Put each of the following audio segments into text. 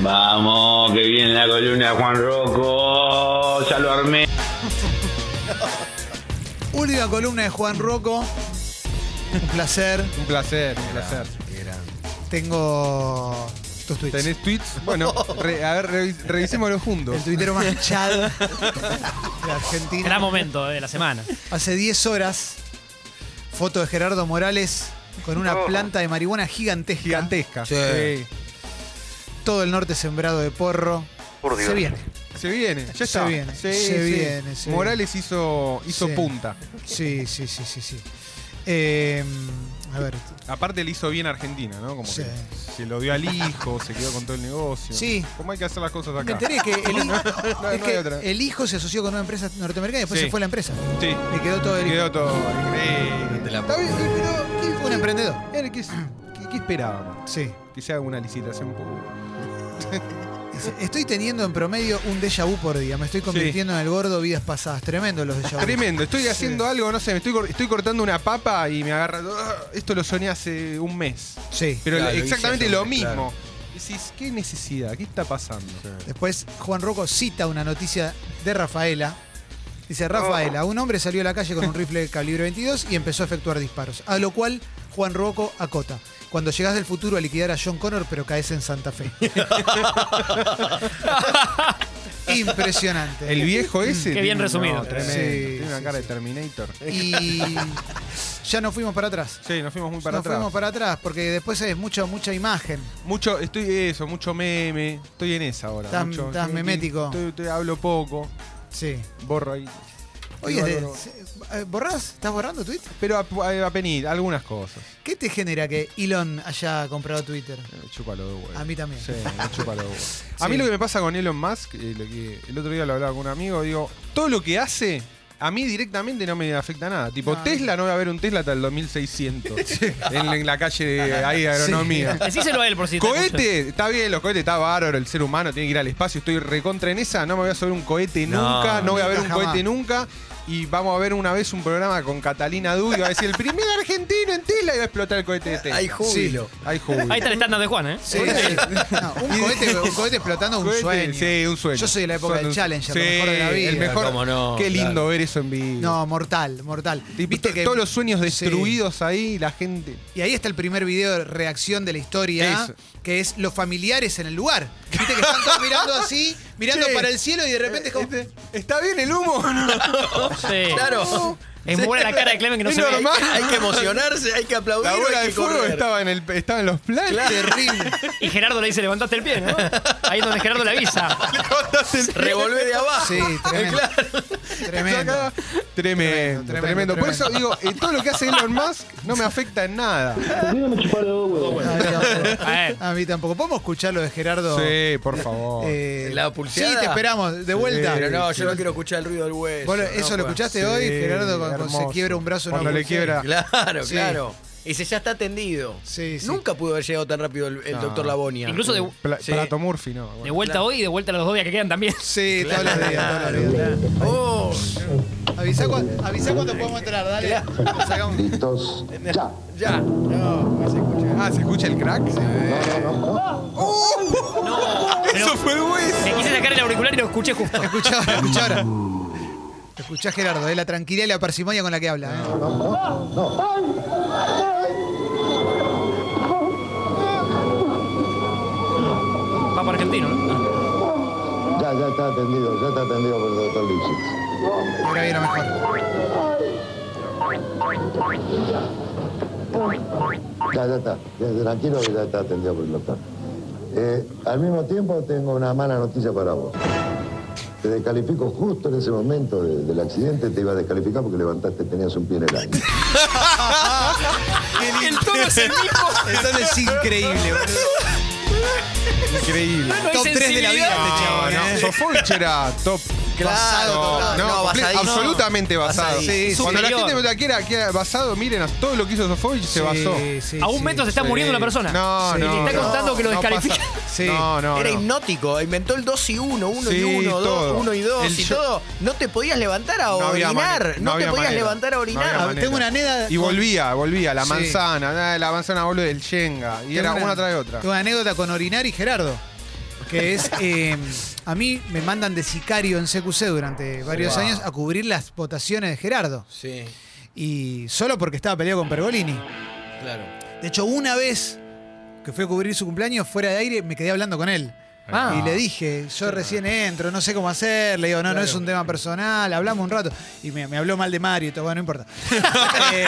Vamos, que viene la columna de Juan Rocco. Ya lo armé. Última columna de Juan Rocco. Un placer. Un placer, un Ah, placer. Tengo tus tweets. ¿Tenés tweets? Bueno, re- a ver, revi- revisémoslo juntos. El tuitero más hinchado de Argentina. Gran momento eh, de la semana. Hace 10 horas, foto de Gerardo Morales con una planta de marihuana gigantesca. Oh. Gigantesca. Sí. Todo el norte sembrado de porro. Por Dios. Se viene. Se viene, ya Se está. viene, Sí, se sí. viene, se Morales hizo, hizo Sí. punta. Sí, sí, sí, sí, sí. Eh, a ver. Aparte le hizo bien a Argentina, ¿no? Como Sí. que se lo dio al hijo, se quedó con todo el negocio. Sí. ¿Cómo hay que hacer las cosas Me acá? enteré que el, hi- no es hay que otra. el hijo se asoció con una empresa norteamericana y después Sí. se fue a la empresa. Sí. Le quedó todo el Quedó todo. increíble. Te la Está bien, y pero, ¿qué- Un emprendedor. era- ¿Qué, qué- qué esperábamos? Sí. Que se haga una licitación pública. Dice, Estoy teniendo en promedio un déjà vu por día. Me estoy convirtiendo en el gordo vidas pasadas. Tremendo los déjà vu. Tremendo, estoy haciendo algo, no sé, me estoy, cor- estoy cortando una papa y me agarra. "Ah, Esto lo soñé hace un mes. Sí. Pero Claro, exactamente hice eso, lo claro. mismo. Decís, ¿qué necesidad? ¿Qué está pasando? Después Juan Rocco cita una noticia de Rafaela. Oh. Dice, Rafaela, un hombre salió a la calle con un rifle calibre 22 y empezó a efectuar disparos. A lo cual Juan Rocco acota. Cuando llegás del futuro a liquidar a John Connor, pero caes en Santa Fe. Impresionante. El viejo ese. Qué bien tiene- resumido. no, tremendo. Sí, tiene una sí, cara sí. Eh, de Terminator. Y ya nos fuimos para atrás. Sí, nos fuimos muy para nos atrás. fuimos para atrás, porque después es mucha, mucha imagen. Mucho, estoy eso, mucho meme. Estoy en esa ahora. Estás- mucho- estás estoy- memético. estoy- estoy- hablo poco, Sí. borro ahí. Oye, Digo, de- algo- se- eh, ¿borrás? ¿Estás borrando Twitter? Pero a, a- a venir, algunas cosas. ¿Qué te genera que Elon haya comprado Twitter? Me chupa los huevos. A mí también. Sí, me chupa los huevos. A mí Sí. lo que me pasa con Elon Musk, eh, lo que el otro día lo hablaba con un amigo, digo, todo lo que hace, a mí directamente no me afecta nada. Tipo, No. Tesla no va a haber un Tesla hasta el 2600. en, en la calle de ahí de agronomía. Decíselo a él por si te escucha. Cohete, está bien, los cohetes está bárbaro, el ser humano tiene que ir al espacio, estoy recontra en esa, no me voy a subir un cohete No, nunca, no voy a ver un nunca cohete jamás. nunca. Y vamos a ver una vez un programa con Catalina Du y va a decir el primer argentino en Tesla y va a explotar el cohete de Tesla. Hay júbilo. Sí, hay júbilo. Ahí está el estándar de Juan, ¿eh? Sí, sí. No, un, cohete, un cohete explotando un Cohete, sueño. Sí, un sueño. Yo soy de la época Sueño, del un- Challenger, sí, lo mejor de la vida. El mejor. Cómo no, Qué lindo claro. ver eso en vivo. No, mortal, mortal. Tipo, to- todos los sueños Sí. destruidos ahí, la gente. Y ahí está el primer video de reacción de la historia, Eso. que es los familiares en el lugar. Viste que están todos mirando así, mirando Sí. para el cielo y de repente es como. Este, ¿Está bien el humo? Sí. Claro. Es muy buena la cara de Clemen que no Es se ve. normal. Hay que emocionarse, hay que aplaudir. La o bola hay de que fuego correr. estaba en, el, estaba en los planes. Terrible. Y Gerardo le dice, levantaste el pie, ¿no? Ahí es donde Gerardo le avisa. Revolvé Eh, de abajo. Sí, tremendo. Tremendo. Sacada. Tremendo, tremendo, Tremendo, Por eso tremendo. digo, eh, todo lo que hace Elon Musk no me afecta en nada. A mí tampoco. A ver. A mí tampoco. ¿Podemos escuchar lo de Gerardo? Sí, por favor. Eh, La pulseada. Sí, te esperamos, de vuelta. Pero no, yo no quiero escuchar el ruido del hueso. Vos lo- eso no, lo Juan. escuchaste Sí, hoy, Gerardo, cuando hermoso. se quiebra un brazo. en una Cuando le pulsera. quiebra. Claro, Sí. claro. Ese ya está tendido. Sí, sí. Nunca pudo haber llegado tan rápido el, el No. doctor Labonia. Incluso de, Pla- sí. Plato Murphy, no. de bueno. vuelta hoy y de vuelta a los dos días que quedan también. Sí, todos los días, todos los días. Oh, Avisá, cua- avisá cuando podemos entrar, dale. Lo sacamos. Listos. Ya. ya. No, se escucha. Ah, ¿se escucha el crack? Pero ¡Oh! Eso fue el hueso. me quise sacar el auricular y lo escuché justo. Escuchá ahora, escuchá ahora. Escuchá, Gerardo, eh, la tranquilidad y la parsimonia con la que habla. eh. Va para Argentino, ¿no? Ya, ya está atendido, ya está atendido por el doctor Lichitz. Ahora viene mejor. Ya, ya está. Ya, tranquilo que ya está atendido por el doctor. Eh, al mismo tiempo tengo una mala noticia para vos. Te descalifico justo en ese momento de- del accidente, te iba a descalificar porque levantaste, tenías un pie en el aire. El tono es el mismo. Entonces es increíble, boludo. Increíble. No hay Top 3 de la vida este sensibilidad. No, chabón, no, eh. Sofovich era top. Claro, no, no, no, comple- basadísimo. absolutamente basado. Basadísimo. Sí, sí. Cuando la Superior. gente me quiera que basado, miren, a todo lo que hizo Sofovich se basó. Sí, A un metro se está Ah. Sí. muriendo una persona. No, Sí. no. Y está no. contando que lo No pasa- descalifica. Sí. No, no. Era no. hipnótico, inventó el 2 y 1, 1 y Sí, 1, 2, todo. 1 y 2 El y yo- todo. No te podías levantar a No había orinar, manera, no, te había podías manera. levantar a No había orinar. manera. Tengo una neda Y con- volvía, volvía, la Sí. manzana, ah, la manzana boludo del Shenga. Y era una, tras otra. Tengo una anécdota con orinar y Gerardo. que es, eh, a mí me mandan de sicario en CQC durante varios años a cubrir las votaciones de Gerardo. Sí, Y solo porque estaba peleado con Pergolini. claro. De hecho, una vez que fui a cubrir su cumpleaños, fuera de aire, me quedé hablando con él. Ah. Y le dije, yo recién entro, no sé cómo hacer. Le digo, no, no es un tema personal, hablamos un rato. Y me, me habló mal de Mario y todo, bueno, no importa. Eh,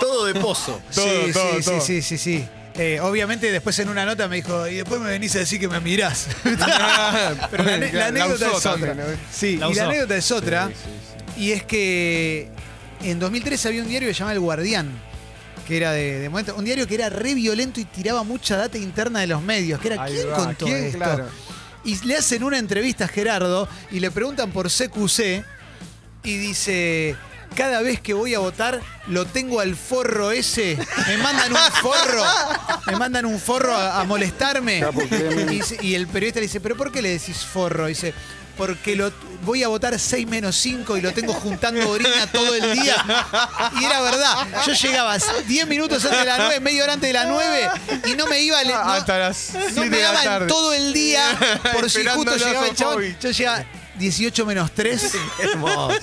Todo de pozo. sí, sí, sí, sí, sí, sí. Eh, obviamente después en una nota me dijo, y después me venís a decir que me mirás. Pero la, ne- la anécdota es otra. Sí, La y la usó. anécdota es otra. Y es que en 2003 había un diario que se llamaba El Guardián, que era de, de momento, un diario que era re violento y tiraba mucha data interna de los medios, que era Ahí ¿quién va, contó ¿quién? esto? Claro. Y le hacen una entrevista a Gerardo y le preguntan por CQC y dice, cada vez que voy a votar lo tengo al forro ese, me mandan un forro, me mandan un forro a, a molestarme. Capo, ¿qué? Y, dice- y el periodista le dice, pero ¿por qué le decís forro? Y dice, porque lo, voy a votar 6 menos 5 y lo tengo juntando orina todo el día. Y era verdad, yo llegaba 10 minutos antes de las 9, media hora antes de las 9 y no me iba a... le- no- Hasta las 7 no me de la daban tarde. todo el día por si Esperando justo el llegaba el oso chabón. móvil. Yo llegaba 18 menos 3. Hermoso.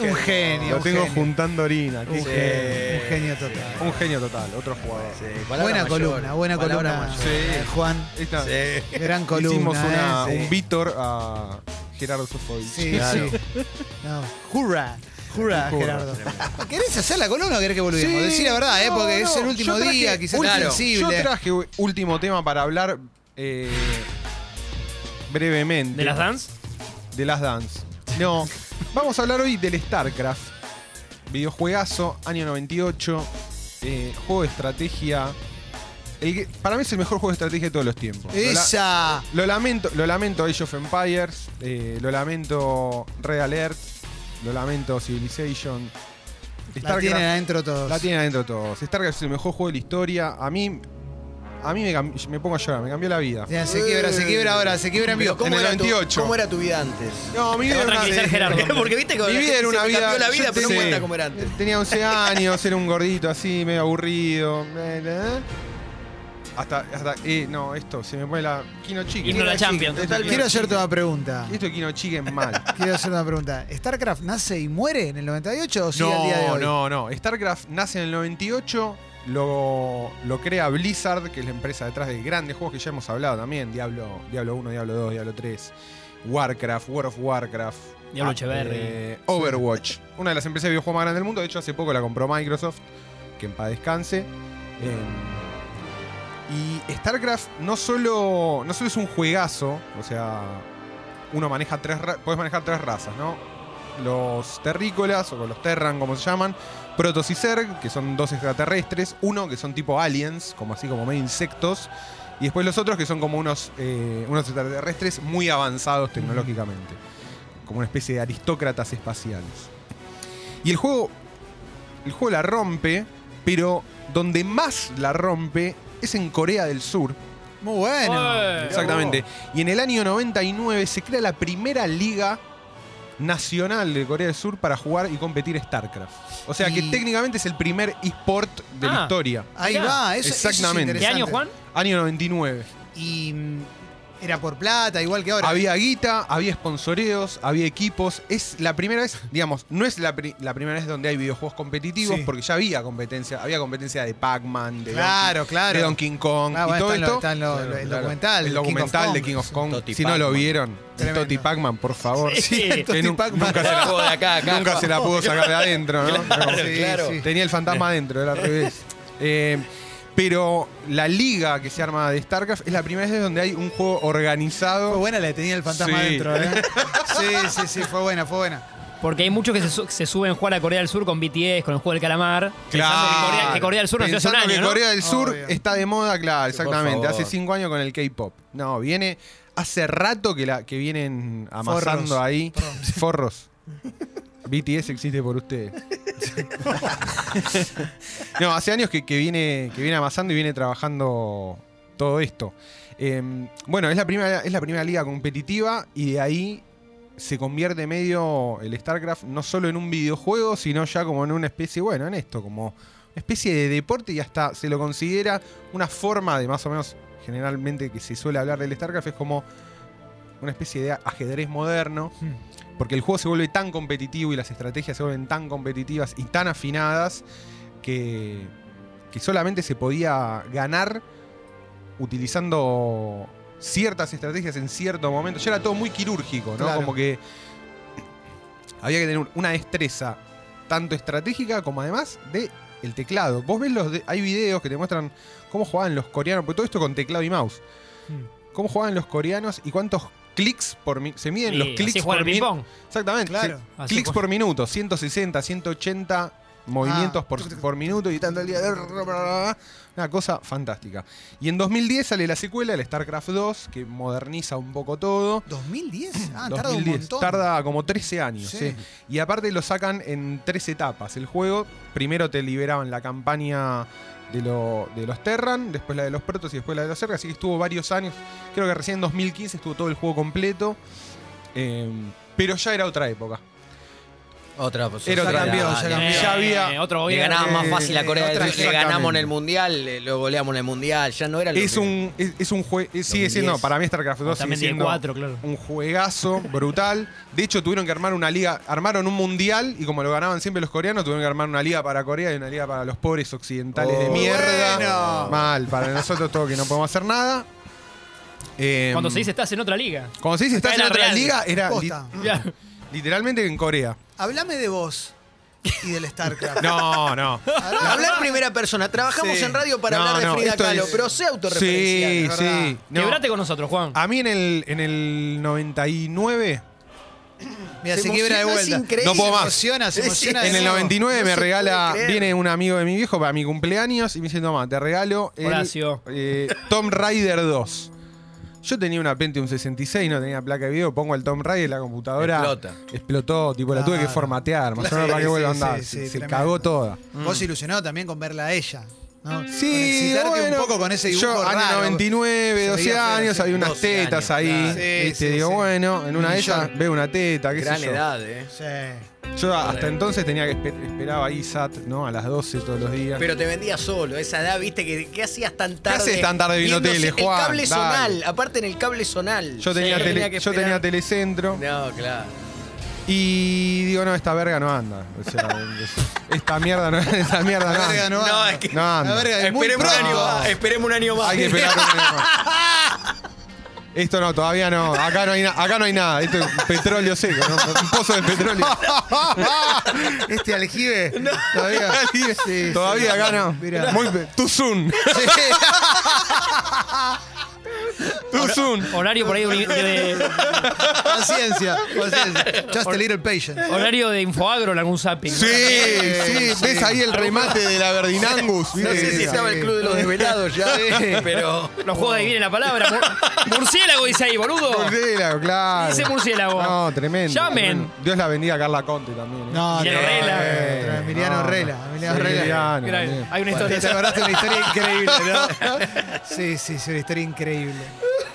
Un genio. Lo un tengo genio. juntando orina. qué Un genio. genio, un genio total. Un genio total, otro jugador. Sí, palabra Buena mayor, columna, buena palabra columna. mayor. eh, Juan, Esta- Sí. gran columna. Hicimos una- eh. un Víctor a Gerardo Sofovich. Sí, Claro. sí. No, Hurra. Hurra, Hurra. Gerardo. ¿Querés hacer la columna o querés que volvimos? Sí, Decí la verdad, ¿eh? no, porque no, es el yo último traje día, quizás último- es Yo sensible. traje u- último tema para hablar eh, brevemente. ¿De las dance? De las Dance. No, vamos a hablar hoy del StarCraft. Videojuegazo, año 98. eh, juego de estrategia. El que- para mí es el mejor juego de estrategia de todos los tiempos. Lo la- Esa. Lo lamento, lo lamento Age of Empires, eh, lo lamento Red Alert, lo lamento Civilization. La StarCraft- tienen adentro todos. la tienen adentro todos. StarCraft es el mejor juego de la historia. A mí, a mí me, cam- me pongo a llorar, me cambió la vida. Ya, se quiebra, se quiebra ahora, se quiebra en Pero vivo. ¿cómo en el era tu- 28. ¿Cómo era tu vida antes? No, mi vida Te va era a una- tranquilizar Gerardo. Porque viste que Mi vida era una se me vida. cambió la vida, yo pero te- no cuenta cómo era antes. Tenía 11 años, era un gordito así, medio aburrido. ¿eh? Hasta, hasta, eh, no, esto, se me pone la Kino Chicken. Himno a la Champions. Esto es Kino Quiero Chicken. hacerte una pregunta. Esto es Kino Chicken mal. Quiero hacer una pregunta. ¿StarCraft nace y muere en el 98 o sigue al día de No, hoy? no, no. StarCraft nace en el 98, lo, lo crea Blizzard, que es la empresa detrás de grandes juegos que ya hemos hablado también. Diablo, Diablo 1, Diablo 2, Diablo 3, Warcraft, World of Warcraft. Diablo ah, Echeverry. eh, Overwatch. Una de las empresas de videojuegos más grandes del mundo. De hecho, hace poco la compró Microsoft, que en paz descanse. Eh, y StarCraft no solo, no solo es un juegazo, o sea, uno maneja tres, puedes manejar tres razas, ¿no? los terrícolas, o con los terran como se llaman, protos y zerg, que son dos extraterrestres, uno que son tipo aliens, como así como medio insectos, y después los otros que son como unos, eh, unos extraterrestres muy avanzados tecnológicamente, como una especie de aristócratas espaciales. Y el juego, el juego la rompe, pero donde más la rompe es en Corea del Sur, Muy bueno. Eh, Exactamente. Y en el año 99 se crea la primera liga nacional de Corea del Sur para jugar y competir StarCraft. O sea que Y- técnicamente es el primer esport de la Ah. historia. Ahí Mirá. va, eso, eso Exactamente. es ¿Qué año, interesante. Juan? Año 99. Y mm, era por plata, igual que ahora. Había guita, había sponsoreos, había equipos. Es la primera vez, digamos, no es la, pri- la primera vez donde hay videojuegos competitivos, Sí. porque ya había competencia. Había competencia de Pac-Man, de, claro, Donkey- claro. de Donkey Kong Ah, bueno, y está todo en lo- esto. está en lo- Claro, el claro. documental, El King of documental de Kong. King of Kong. Toti si no lo Pac-Man. vieron, Tremendo. Toti Pac-Man, por favor. Sí. Que Toti nu- Pac-Man. nunca, se la, Juego de acá, acá. nunca se la pudo sacar de adentro, ¿no? Pero Sí, claro. sí. Tenía el fantasma adentro, era al revés. Eh, pero la liga que se arma de StarCraft es la primera vez donde hay un juego organizado. Fue buena la que tenía el fantasma Sí. adentro, ¿eh? Sí, sí, sí, fue buena, fue buena. Porque hay muchos que se, su- se suben a jugar a Corea del Sur con BTS, con el juego del calamar. pensando Claro. Que Corea, que Corea del Sur nació hace un Pensando que año, ¿no? Corea del Sur Obvio. está de moda, claro, Por exactamente. favor. Hace cinco años con el K-pop. No, viene. Hace rato que, la, que vienen amasando Forros. ahí. Forros. BTS existe por ustedes. no, hace años que, que viene, que viene amasando y viene trabajando todo esto. Eh, bueno, es la, primera, es la primera liga competitiva y de ahí se convierte medio el StarCraft no solo en un videojuego, sino ya como en una especie, bueno, en esto, como una especie de deporte y hasta se lo considera una forma de más o menos generalmente que se suele hablar del StarCraft es como una especie de ajedrez moderno, porque el juego se vuelve tan competitivo y las estrategias se vuelven tan competitivas y tan afinadas que, que solamente se podía ganar utilizando ciertas estrategias en cierto momento. Ya era todo muy quirúrgico, ¿no? Claro. Como que había que tener una destreza tanto estratégica como además de el teclado. Vos ves los de- hay videos que te muestran cómo jugaban los coreanos, porque todo esto con teclado y mouse. Hmm. Cómo jugaban los coreanos y cuántos clics por mi- se miden los Sí, así clics juega por el ping minuto. pong. Exactamente. Claro. se- Así clics juega. por minuto, 160, 180 movimientos Ah. por, por minuto y tanto el día. Una cosa fantástica. Y en 2010 sale la secuela, el StarCraft 2, que moderniza un poco todo. ¿2010? Ah, tarda un 2010. montón. Tarda como 13 años. Sí. sí. Y aparte lo sacan en tres etapas. El juego, primero te liberaban la campaña de, lo- de los Terran, después la de los Protos y después la de los Zerg. Así que estuvo varios años. Creo que recién en 2015 estuvo todo el juego completo. Eh, pero ya era otra época. Otra pues, Era o sea, otra cambió, era- ya era- cambió. Eh, Ya había- eh, otro Le gobierno. ganaba más fácil a Corea del otra- Sur, le ganamos en el Mundial, le- lo goleamos en el Mundial, ya no era lo Es que- un, es, es un juego. Sigue 2010. siendo, para mí, StarCraft 2 sigue También tiene siendo cuatro, claro. un juegazo brutal. De hecho, tuvieron que armar una liga. Armaron un mundial y como lo ganaban siempre los coreanos, tuvieron que armar una liga para Corea y una liga para los pobres occidentales de Oh. mierda. Bueno. Mal, para nosotros todo que no podemos hacer nada. Eh, Cuando se dice estás en otra liga. Cuando se dice estás Acá en era otra real. liga, era li- Posta. Ya. literalmente en Corea. Hablame de vos y del StarCraft. No, no. Hablar en primera persona. Trabajamos Sí. en radio para No, hablar de no, Frida esto Kahlo, es- pero sé autorreferencial. Sí, es verdad. sí. no. Quebrate con nosotros, Juan. A mí en el, en el 99 Mira, Se se, quiebra de emociona, es vuelta. increíble. No puedo más. Se emociona, se Sí, emociona. de En el nuevo. 99 No me se regala, puede creer. viene un amigo de mi viejo para mi cumpleaños y me dice, toma, te regalo el Horacio. eh, Tom Raider 2. Yo tenía una Pentium 66, no tenía placa de video, pongo el Tom Raider y la computadora Explota. explotó, tipo la tuve que Claro. formatear, más o menos Sí, para que vuelva a sí, andar. sí, se sí, se tremendo. cagó toda. Vos ilusionado también con verla a ella. ¿no? Con Mm. Sí, excitarte bueno, un poco con ese dibujo Yo, año raro. 99, Se 12 veía feo, años, sí. había unas 12 tetas años, ahí. claro. Sí, y te sí, digo, sí. bueno, en una de Millón. ellas veo una teta, qué Gran sé yo. edad, eh. Sí. Yo hasta entonces tenía que esper- esperaba ahí SAT, ¿no? A las 12 todos los días. Pero te vendía solo, esa edad, viste, que, que hacías tan tarde. haces tan tarde viendo Viéndose- tele, Juan? El cable Dale. zonal, aparte en el cable zonal. Yo tenía, Sí, tele- que yo tenía esperar. telecentro No, claro. y digo, no, esta verga no anda. O sea, esta mierda no, esta mierda no La verga anda. no, No, anda. es que- No anda. La verga es muy Esperemos un, año pronto. más, esperemos un año más. Hay que esperar un año más. Esto no, todavía no. Acá no hay, na- acá no hay nada. Esto es petróleo seco, ¿no? un pozo de petróleo. Este aljibe. Todavía. Todavía, sí, todavía sí. acá no. Mirá. Muy pe- too soon. Too soon. Horario por ahí de, de- Paciencia, paciencia. Just a little patient. horario de Infoagro en algún zapping. Sí, sí, ves ahí el remate de la Verdinangus. No sé si estaba el club de los desvelados ya, eh, pero. Los juegos de ahí viene la palabra. Mur- Murciélago dice ahí, boludo. Murciélago, claro. Dice murciélago. No, tremendo. Llamen. tremendo. Dios la bendiga a Carla Conte también. ¿eh? No, Emiliano no, Rela. eh, tra- Emiliano Rela. Emiliano Sí, Rela. Emiliano, Mirá, también. hay Bueno, una historia. te acordaste de una historia increíble, ¿no? Sí, sí, es una historia increíble.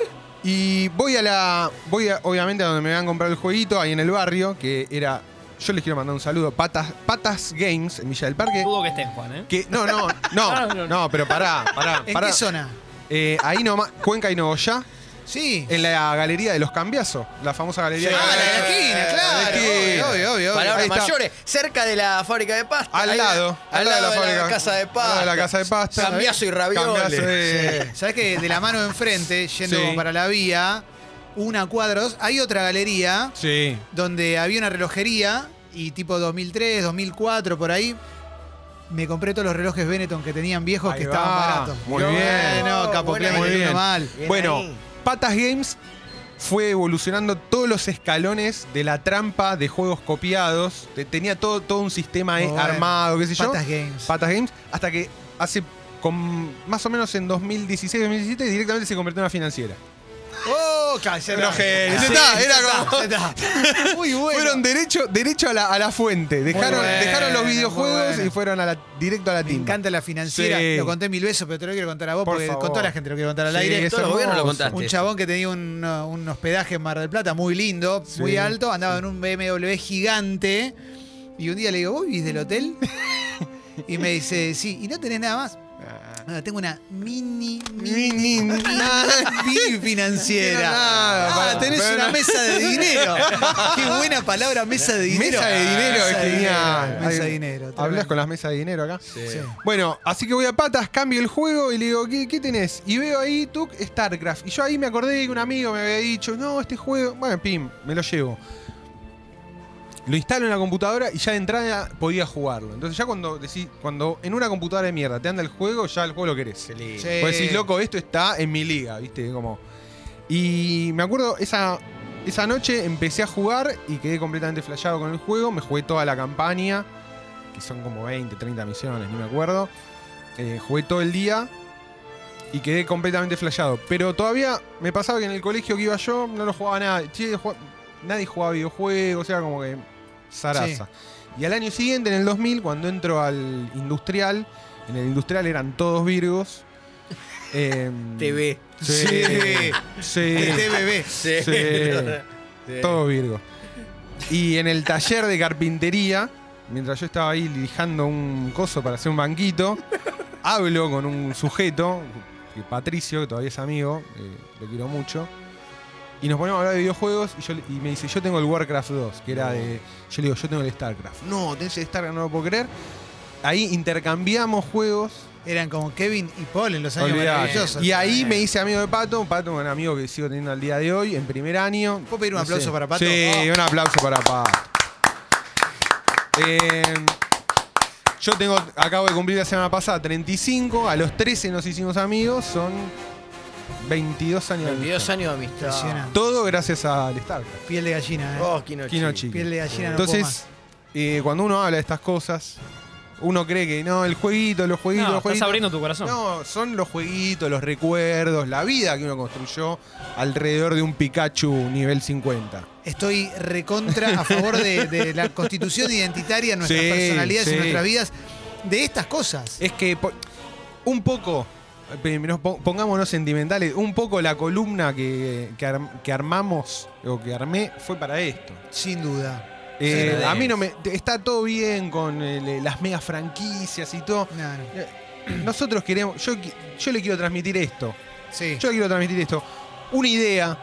Y voy a la. Voy a- obviamente a donde me van a comprar el jueguito, ahí en el barrio, que era. Yo les quiero mandar un saludo. Patas, Patas Games en Villa del Parque. Dudo que estén, Juan, ¿eh? Que, no, no, Ah, no, no. no, pero pará, pará, ¿En pará. qué zona? Eh, ahí nomás, Cuenca y Nogoyá, Sí. en la galería de los cambiazos, la famosa galería Ah, la de la esquina, claro. esquina. Obvio, obvio, obvio. Palabras Ahí está. mayores, cerca de la fábrica de pasta. Al ahí, lado, Al lado de la, casa de pasta. Al lado de la casa de pasta. Cambiazo y ravioles. Cambiazo de- ¿Sabés que de la mano de enfrente, yendo Eh, Sí. para la vía, una cuadra, dos, hay otra galería Sí. donde había una relojería y tipo 2003, 2004, por ahí. Me compré todos los relojes Benetton que tenían viejos Ahí que va. estaban baratos. Muy Yo, bien. Bueno, Capo Muy Clemente, bien. uno mal. Bien bueno, ahí. Patas Games fue evolucionando todos los escalones de la trampa de juegos copiados. Te- Tenía todo, todo un sistema eh, Bueno, armado, qué sé yo. Patas Games. Patas Games, hasta que hace con- más o menos en 2016-2017 directamente se convirtió en una financiera. ¡Oh! claro, ya Pero está. genio, Sí, ya está, ya era está, como- ya está. Muy bueno. Fueron derecho, derecho a, la, a la fuente. Dejaron, bueno, dejaron los muy videojuegos bueno. y fueron a la- directo a la Me tinta. encanta la financiera. Sí. Lo conté mil veces, pero te lo quiero contar a vos, Por porque favor. con toda la gente lo quiero contar al Sí, aire. es Todo el gobierno lo hermoso. contaste. Un chabón que tenía un, uh, un hospedaje en Mar del Plata muy lindo, Sí, muy alto, andaba en un BMW gigante. Y un día le digo, ¿vos vivís del hotel? y me dice, sí, ¿y no tenés nada más? Ah, tengo una mini, Ni- mini ni- ni- nada. bill financiera. No, nada, ah, para- tenés pero una no. mesa de dinero. Qué buena palabra, mesa de dinero. Mesa de dinero es Mesa de genial. dinero, Mesa de Ahí- dinero. ¿Hablas tremendo. con las mesas de dinero acá? Sí. Bueno, así que voy a patas, cambio el juego y le digo, ¿qué, qué tenés? Y veo ahí, tú, StarCraft. Y yo ahí me acordé que un amigo me había dicho, no, este juego. Bueno, pim, me lo llevo. Lo instalo en la computadora y ya de entrada podía jugarlo. Entonces, ya cuando decís, cuando en una computadora de mierda te anda el juego, ya el juego lo querés. Sí. Sí. Pues decís, loco, esto está en mi liga, ¿viste? Como. Y me acuerdo, esa, esa noche empecé a jugar y quedé completamente flashado con el juego. Me jugué toda la campaña, que son como 20, 30 misiones, ni me acuerdo. Eh, jugué todo el día y quedé completamente flashado. Pero todavía me pasaba que en el colegio que iba yo no lo jugaba nada. Che, ju- nadie jugaba videojuegos, era como que zaraza. Y al año siguiente, en el 2000, cuando entro al industrial, en el industrial eran todos virgos. em, TV. Sí. Sí. TVB. Sí. Sí. Todo Virgo. Y en el taller de carpintería, mientras yo estaba ahí lijando un coso para hacer un banquito, hablo con un sujeto, que Patricio, que todavía es amigo, eh, lo quiero mucho. Y nos ponemos a hablar de videojuegos y, yo le- y me dice, yo tengo el Warcraft 2, que era de... Yo le digo, yo tengo el Starcraft. No, tenés el Starcraft, no lo puedo creer. Ahí intercambiamos juegos Eran como Kevin y Paul en los años Olvidate. maravillosos. Y ahí me hice amigo de Pato, Pato, un amigo que sigo teniendo al día de hoy, en primer año. ¿Puedo pedir un No aplauso sé. para Pato? Sí, Oh. un aplauso para Pato. Eh, yo tengo, acabo de cumplir la semana pasada 35, a los 13 nos hicimos amigos, son 22 años. de 22 años de amistad. Impresionante. Todo gracias al Starcraft, Piel de gallina, ¿eh? Oh, Kinochi. Kinochi. Piel de gallina no puedo Entonces, más. eh, cuando uno habla de estas cosas, uno cree que no, el jueguito, los jueguitos, No, los estás jueguitos. abriendo tu corazón. No, son los jueguitos, los recuerdos, la vida que uno construyó alrededor de un Pikachu nivel 50. Estoy recontra a favor de, de la constitución identitaria, nuestras Sí, personalidades y sí. Eh. nuestras vidas, de estas cosas. Es que po- un poco, primero, po- pongámonos sentimentales, un poco la columna que, que arm- que armamos o que armé fue para esto. Sin duda. Eh, agradece. a mí no me. te- Está todo bien con el- las mega franquicias y todo. No, no. Nosotros queremos. Yo, qui- yo le quiero transmitir esto. Sí. Yo quiero transmitir esto. Una idea,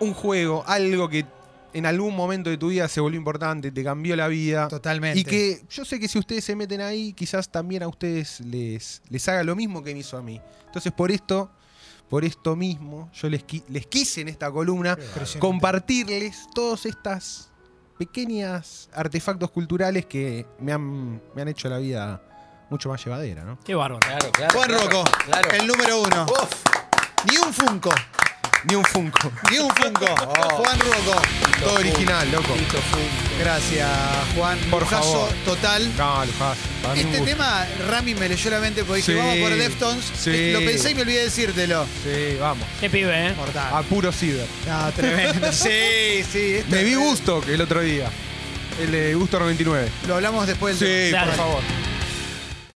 un juego, algo que en algún momento de tu vida se volvió importante, te cambió la vida. Totalmente. Y que yo sé que si ustedes se meten ahí, quizás también a ustedes les, les haga lo mismo que me hizo a mí. Entonces, por esto, por esto mismo, yo les, qui- les quise en esta columna Impresionante. compartirles todas estas pequeñas artefactos culturales que me han, me han hecho la vida mucho más llevadera, ¿no? Qué bárbaro. Claro, claro. Juan claro, Rocco, Claro. el número uno. Oh. Uf, Ni un Funko, Ni un Funko. ni un Funko. Oh. Juan Rocco. Todo original, loco. Tito Fun. Gracias, Juan. Por Lujazo favor. total. No, lo fácil. Para mí un Este gusto. tema, Rami me leyó la mente porque dije, Sí. vamos por Deftones. Sí. Lo pensé y me olvidé decírtelo. Sí, vamos. Qué pibe, ¿eh? Mortal. A puro ciber. No, tremendo. sí, sí. esto Me es vi tremendo. gusto el otro día. El de Gusto 99. Lo hablamos después del Sí, tema. Dale. por favor.